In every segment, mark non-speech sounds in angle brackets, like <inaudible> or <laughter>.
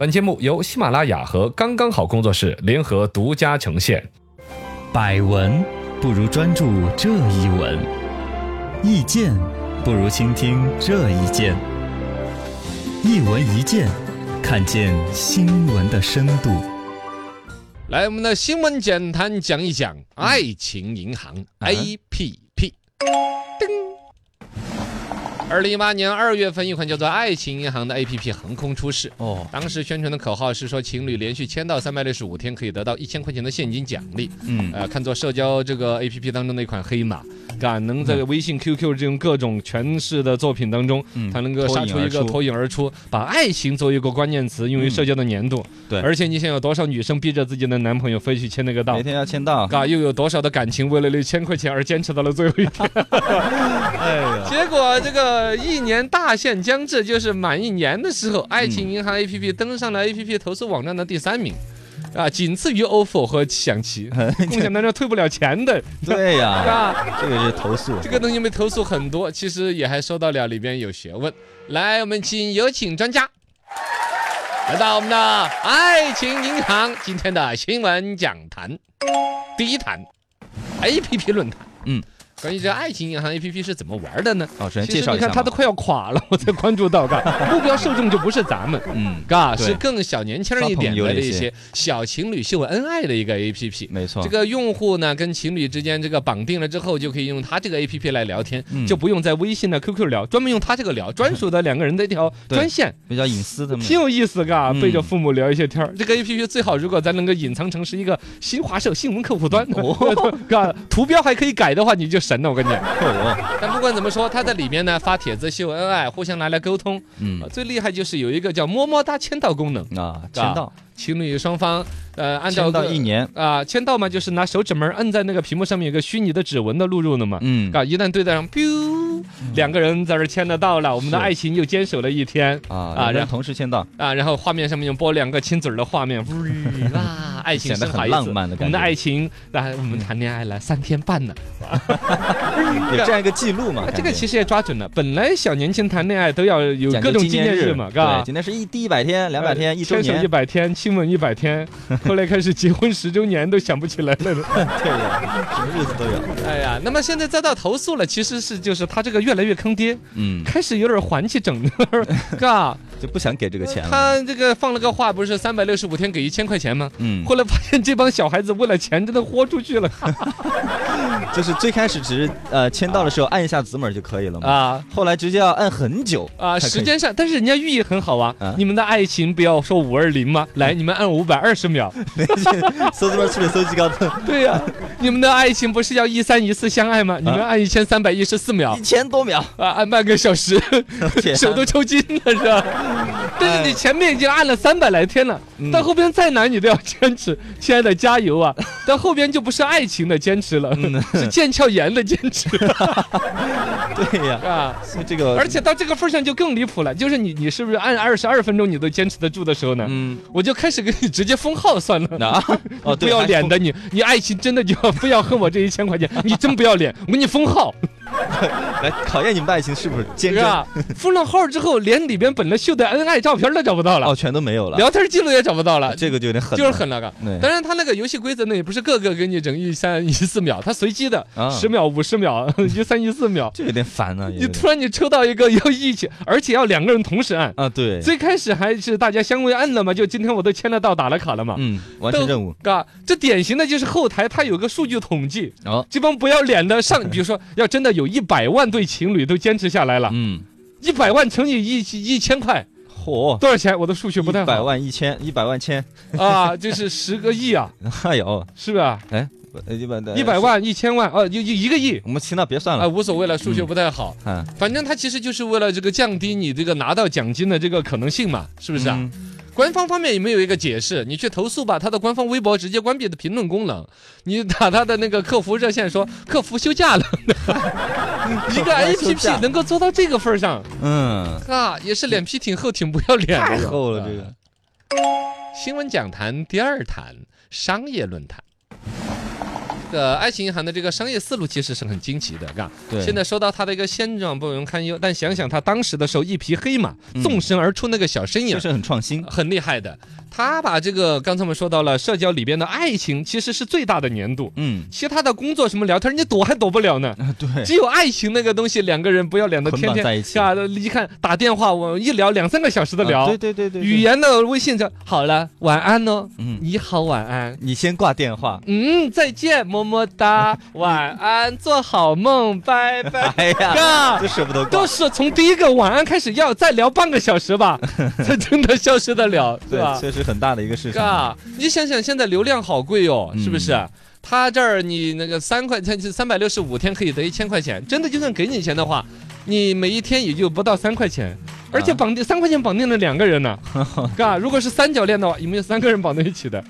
本节目由喜马拉雅和刚刚好工作室联合独家呈现。百闻不如专注这一闻，意见不如倾听这一见。一闻一见，看见新闻的深度。来，我们的新闻简谈讲一讲嗯爱情银行 APP。二零一八年二月份，一款叫做爱情银行的 APP 横空出世。哦，当时宣传的口号是说，情侣连续签到三百六十五天可以得到一千块钱的现金奖励。嗯，呃，看作社交这个 APP 当中的一款黑马，敢能在微信、QQ 这种各种诠释的作品当中，嗯它能够杀出一脱颖而个出嗯脱颖而出，把爱情作为一个关键词用于社交的粘度。对而且你想有多少女生逼着自己的男朋友非去签那个到每？天要签 <laughs> 到。嘎，啊又有多少的感情为了六千块钱而坚持到了最后一天？哎呀，结果这个一年大限将至，就是满一年的时候，嗯爱情银行 APP 登上了 APP 投诉网站的第三名，啊，仅次于 ofo 和响 <laughs> 旗，共享当中退不了钱的，对呀，啊，这个是投诉。这个东西被投诉很多，其实也还说到了里边有学问。来，我们请有请专家。来到我们的爱情银行今天的新闻讲坛，第一坛，APP 论坛。嗯，关于这爱情银行 APP 是怎么玩的呢？哦，首先其介实绍你一下看，嘛，它都快要垮了，我才关注到， <laughs> 嘎，目标受众就不是咱们，嗯，嘎，对是更小年轻人一点刷朋友的的这一些些小情侣秀恩爱的一个 APP。没错，这个用户呢，跟情侣之间这个绑定了之后，就可以用它这个 A P P 来聊天，嗯就不用在微信呢、QQ 聊，专门用它这个聊，专属的两个人的一条 <laughs> 对专线，比较隐私的嘛。挺有意思嘎。嗯背着父母聊一些天儿，这个 A P P 最好如果咱能够隐藏成是一个新华社新闻客户端， <laughs> 嘎，图标还可以改的话，你就神了，我跟你讲。哦，但不管怎么说，它在里面呢发帖子秀恩爱，互相拿来沟通。嗯呃最厉害就是有一个叫么么哒签到功能，啊，签到，情侣双方呃按照签到个一年。啊，签到嘛，就是拿手指门摁在那个屏幕上面有个虚拟的指纹的录入的嘛。嗯啊，一旦对得上，biu，两个人在这儿签得到了，我们的是爱情又坚守了一天啊，啊两个人然后同时签到，啊。然后画面上面又播两个亲嘴儿的画 <laughs> 面，呜啦，爱情显得升华很一浪次漫的我感们的哎爱觉，情，那、我们谈恋爱了三天半了。有这样一个记录嘛啊，？这个感觉其实也抓准了，本来小年轻谈恋爱都要有各种纪念日嘛，对，嘎。今天是一第一百天、两百天、一周牵手一年，百天，亲吻一百天，后来开始结婚十周年都想不起来了。对呀，什么日子都有。哎呀，那么现在遭到投诉了，其实是就是他这个越来越坑爹，嗯，开始有点还起整 <laughs> 了，嘎。就不想给这个钱了。他这个放了个话，不是三百六十五天给一千块钱吗？嗯，后来发现这帮小孩子为了钱真的豁出去 <laughs> 了就是最开始只是呃签到的时候按一下子门就可以了嘛，啊后来直接要按很久啊！才可以时间上，但是人家寓意很好啊啊。你们的爱情不要说五二零吗？来，你们按五百二十 <laughs> 秒。搜这边处理搜机高的对呀、你们的爱情不是要一三一四相爱吗？你们按一千三百一十四秒一千多秒，啊，按半个小时，<laughs> 天啊哎手都抽筋了是吧？但是你前面已经按了三百来天了，嗯到后边再难你都要坚持，亲爱的加油 <laughs> 啊！到后边就不是爱情的坚持了，嗯 <laughs> 是腱鞘炎的坚持对呀， <laughs> 啊！所以这个而且到这个份儿上就更离谱了，就是你你是不是按二十二分钟你都坚持得住的时候呢？嗯我就开始给你直接封号算了。 <laughs> 啊哦不对要脸还的你，你爱情真的就要非要恨我这一千块钱， <laughs> 你真不要脸，我给你封号，来考验你们的爱情是不是坚是啊贞吧？封了号之后，连里边本来秀的恩爱照片都找不到哦了，全都没有了，聊天记录也找不到了，这个就有点狠，就是，很那个。对，当然，他那个游戏规则呢，也不是个个给你整一三一四秒，他随机的啊，十秒、五十 <laughs> 秒、一三一四秒，这有点烦呢，有你点突然你抽到一个要一起，而且要两个人同时按。啊对，最开始还是大家相互按了嘛，就今天我都签了到，打了卡了嘛，嗯完成都任务嘎，这典型的就是后台它有个数据统计，哦这帮不要脸的 <laughs> 上，比如说要真的有一百万对情侣都坚持下来了，嗯一百万乘以一一千块嚯。多少钱？我的数学不太一百好万一千，一百万千， <laughs> 啊，就是十个亿啊，哎呦，是吧？呃一百一百，万、一千万，哦，一一一个亿。我们听到别算啊，了，无所谓了，数学不太好，嗯，反正它其实就是为了这个降低你这个拿到奖金的这个可能性嘛，是不不是啊？官方方面有没有一个解释？你去投诉吧，他的官方微博直接关闭的评论功能，你打他的那个客服热线说客服休假了， <laughs> 一个 A P P 能够做到这个份儿上，嗯，啊，也是脸皮挺厚，挺不要脸的，太厚了这个啊。新闻讲坛第二坛商业论坛。个爱情银行的这个商业思路其实是很惊奇的，嘎。对现在说到他的一个现状不容堪忧，但想想他当时的时候一匹黑马纵身而出那个小身影就，嗯是很创新。很厉害的。他把这个刚才我们说到了社交里边的爱情，其实是最大的粘度。嗯，其他的工作什么聊天，你躲还躲不了呢。啊对，只有爱情那个东西，两个人不要两的捆天绑天在一起啊，一看打电话，我一聊两三个小时的聊，啊对对对对，对语。言的微信就好了，晚安哦，嗯你好，晚安。你先挂电 <laughs> 话。嗯，再见，么么哒，晚安，做好梦，拜 <laughs> 拜。哎呀，呀就舍不得都挂。是从第一个晚安开始，要再聊半个小时 <laughs> 吧，才真的消失得了，对对吧，？确实很大的一 <laughs> 个市场。嘎，你想想现在流量好贵哦，是不是嗯？他这儿你那个三块钱，三百六十五天可以得一千块钱，真的就算给你钱的话，你每一天也就不到三块钱。啊而且绑定三块钱绑定了两个人 <laughs> 呢，嘎！如果是三角恋的话，有没有三个人绑在一起 <laughs> 的？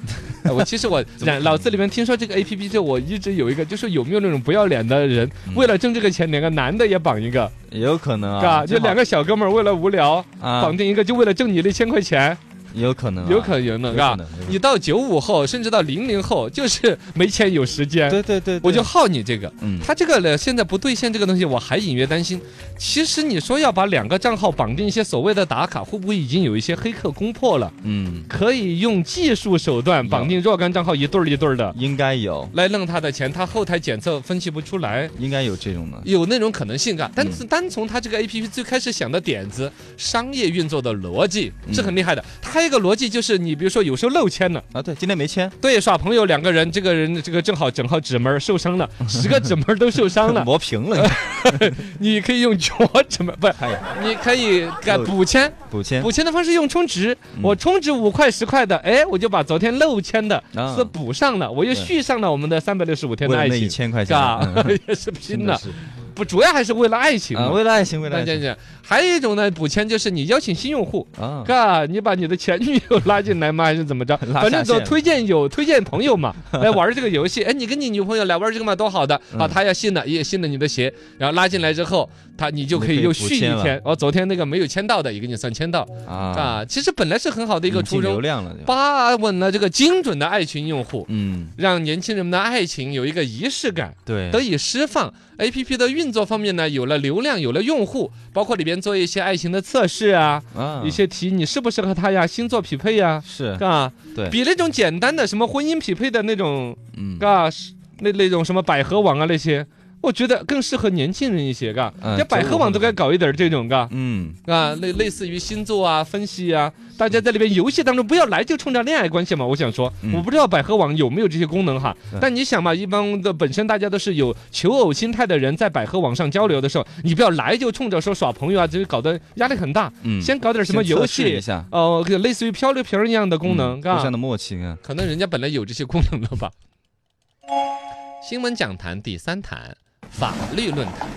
哎我其实我然脑子里面听说这个 A P P 就我一直有一个，就是有没有那种不要脸的人，为了挣这个钱，两个男的也绑一个，也有可能嗯啊，嘎！就两个小哥们儿为了无聊正好啊绑定一个，就为了挣你那一千块钱，也有可能啊，有可能有的，可嘎能。有可能你到九五后，甚至到零零后，就是 <laughs> 没钱有时间，对对对，对我就好你这个。嗯，他这个呢，现在不兑现这个东西，我还隐约担心。其实你说要把两个账号绑定一些所谓的打卡，会不会已经有一些黑客攻破了？嗯，可以用技术手段绑定若干账号一对儿一对儿的应该有，来弄他的钱，他后台检测分析不出来。应该有这种的。有那种可能性啊，但嗯是单从他这个 A P P 最开始想的点子，商业运作的逻辑嗯是很厉害的。他还有一个逻辑就是，你比如说有时候漏签了。啊，对，今天没签，对，耍朋友两个人，这个人这个正好整好指门儿受伤了，十个指门儿都受伤 <laughs> 了，磨平了，呃你可以用脚指门，不是，哎呀，哎你可以改漏补签，补签补签的方式用充值，嗯我充值五块十块的，哎，我就把昨天漏签的啊是补上了，我又对续上了我们的三百六十五天为的了爱那一情，千块是钱，吧 <laughs> <laughs> 嗯？也是拼真的的，是不，主要还是为了爱情啊，嘛。为了爱情，为了那爱讲情讲，还有一种呢，补签就是你邀请新用户， <laughs> 啊，嘎，你把你的前女友拉进来吗？还是怎么着？ <laughs> 拉下反正就线推荐友、推荐朋友 <laughs> 嘛，来玩这个游戏。哎，你跟你女朋友来玩这个嘛，多好的啊！嗯她要信了，也信了你的邪，然后拉进来之后，她你就你可以可以又补续一签了天。哦，昨天那个没有签到的也给你算签到啊，啊。其实本来是很好的一个引进初流衷，量了，就把稳了这个精准的爱群用户，嗯，让年轻人们的爱情有一个仪式感。对，得以释放。A P P 的运作方面呢，有了流量，有了用户，包括里边做一些爱情的测试啊，啊一些题你适不适合他呀，星座匹配呀，是，啊，嗯对比那种简单的什么婚姻匹配的那种，嗯，啊，是那那种什么百合网啊那些。我觉得更适合年轻人一些，嘎，嗯这百合网都该搞一点儿这种，嘎，嗯，啊，类类似于星座啊、分析啊，大家在里边游戏当中不要来就冲着恋爱关系嘛。我想说，嗯我不知道百合网有没有这些功能哈对，但你想嘛，一般的本身大家都是有求偶心态的人，在百合网上交流的时候，你不要来就冲着说耍朋友啊，就搞得压力很大。嗯，先搞点什么先测游试一戏，下哦、类似于漂流瓶儿一样的功能，嗯嘎互相的默契啊，可能人家本来有这些功能了吧。新闻讲坛第三坛，法律论坛。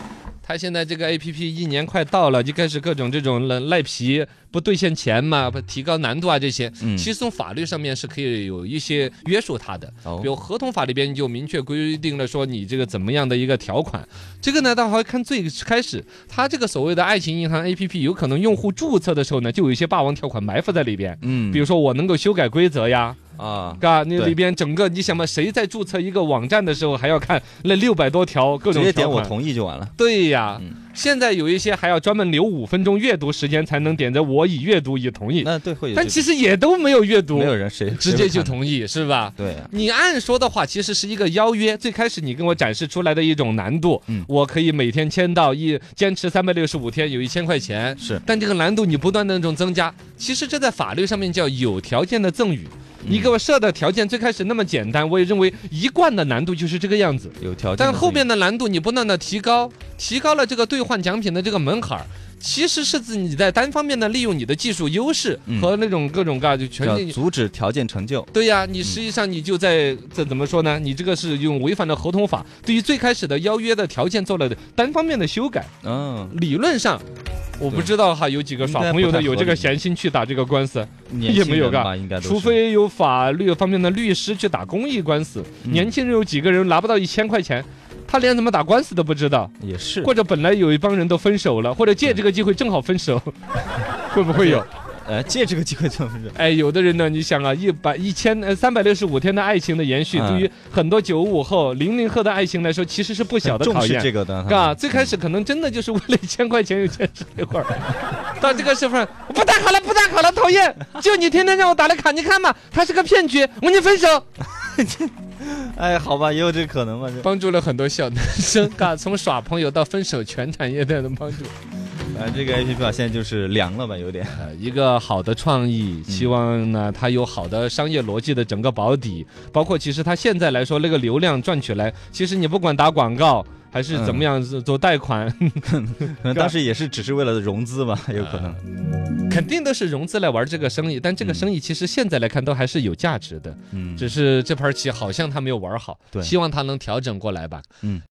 他现在这个 A P P 一年快到了，就开始各种这种赖赖皮、不兑现钱嘛，不提高难度啊这些。嗯，其实从法律上面是可以有一些约束他的，哦比如合同法里边就明确规定了说你这个怎么样的一个条款。这个呢，待会儿看最开始，他这个所谓的爱情银行 A P P，有可能用户注册的时候呢，就有一些霸王条款埋伏在里边，嗯，比如说我能够修改规则呀，啊，嘎，那对里边整个你想嘛，谁在注册一个网站的时候还要看那六百多条各直种接条点我款？同意就完了，对呀，嗯现在有一些还要专门留五分钟阅读时间才能点着我已阅读已同意，那对会有这种，但其实也都没有阅读没，有人谁直接就，谁会看同意是吧？对啊，你按说的话，其实是一个邀约。最开始你跟我展示出来的一种难度，嗯我可以每天签到一，坚持三百六十五天，有一千块钱。是，但这个难度你不断的那种增加，其实这在法律上面叫有条件的赠与。嗯你给我设的条件最开始那么简单，我也认为一贯的难度就是这个样子。有条件的但会后面的难度你不断的提高，提高了这个兑换奖品的这个门槛儿，其实是自你在单方面的利用你的技术优势嗯和那种各种各样就全叫力阻止条件成就，对呀、你实际上你就在这怎么说呢？你这个是用违反了合同法，对于最开始的邀约的条件做了单方面的修改。嗯，理论上，我不对知道哈，有几个耍朋友的有这个闲心去打这个官司，年也轻没有人干吧，应该都除是非有法律方面的律师去打公益官司。嗯年轻人有几个人拿不到一千块钱？他连怎么打官司都不知道，也是或者本来有一帮人都分手了，或者借这个机会正好分手，会不会有？呃，借这个机会怎么着？哎，有的人呢，你想啊，一百一千呃三百六十五天的爱情的延续，嗯对于很多九五后、零零后的爱情来说，其实是不小的重考视验。这个的，啊，最开始可能真的就是为了 <laughs> 一千块钱有钱使一会儿，到这个时候我不打卡了，不打卡了，讨厌！就你天天让我打了卡，你看嘛，他是个骗局，我跟你分手。哎，好吧，也有这个可能吧。这帮助了很多小男生， <laughs> 嘎，从耍朋友到分手，全产业链的帮助。啊，这个 A P P 啊，现在就是凉了吧，有点。呃，一个好的创意，希望呢它有好的商业逻辑的整个保底，包括其实它现在来说那个流量赚取来，其实你不管打广告还是怎么样做做贷款，嗯可能当时也是只是为了融资吧，有可能。肯定都是融资来玩这个生意，但这个生意其实现在来看都还是有价值的，嗯，只是这盘棋好像他没有玩好，对希望他能调整过来吧。嗯，